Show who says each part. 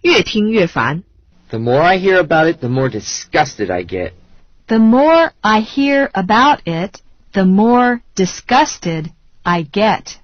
Speaker 1: 越听越烦。
Speaker 2: The more I hear about it, the more disgusted I get.
Speaker 3: The more I hear about it, the more disgusted I get.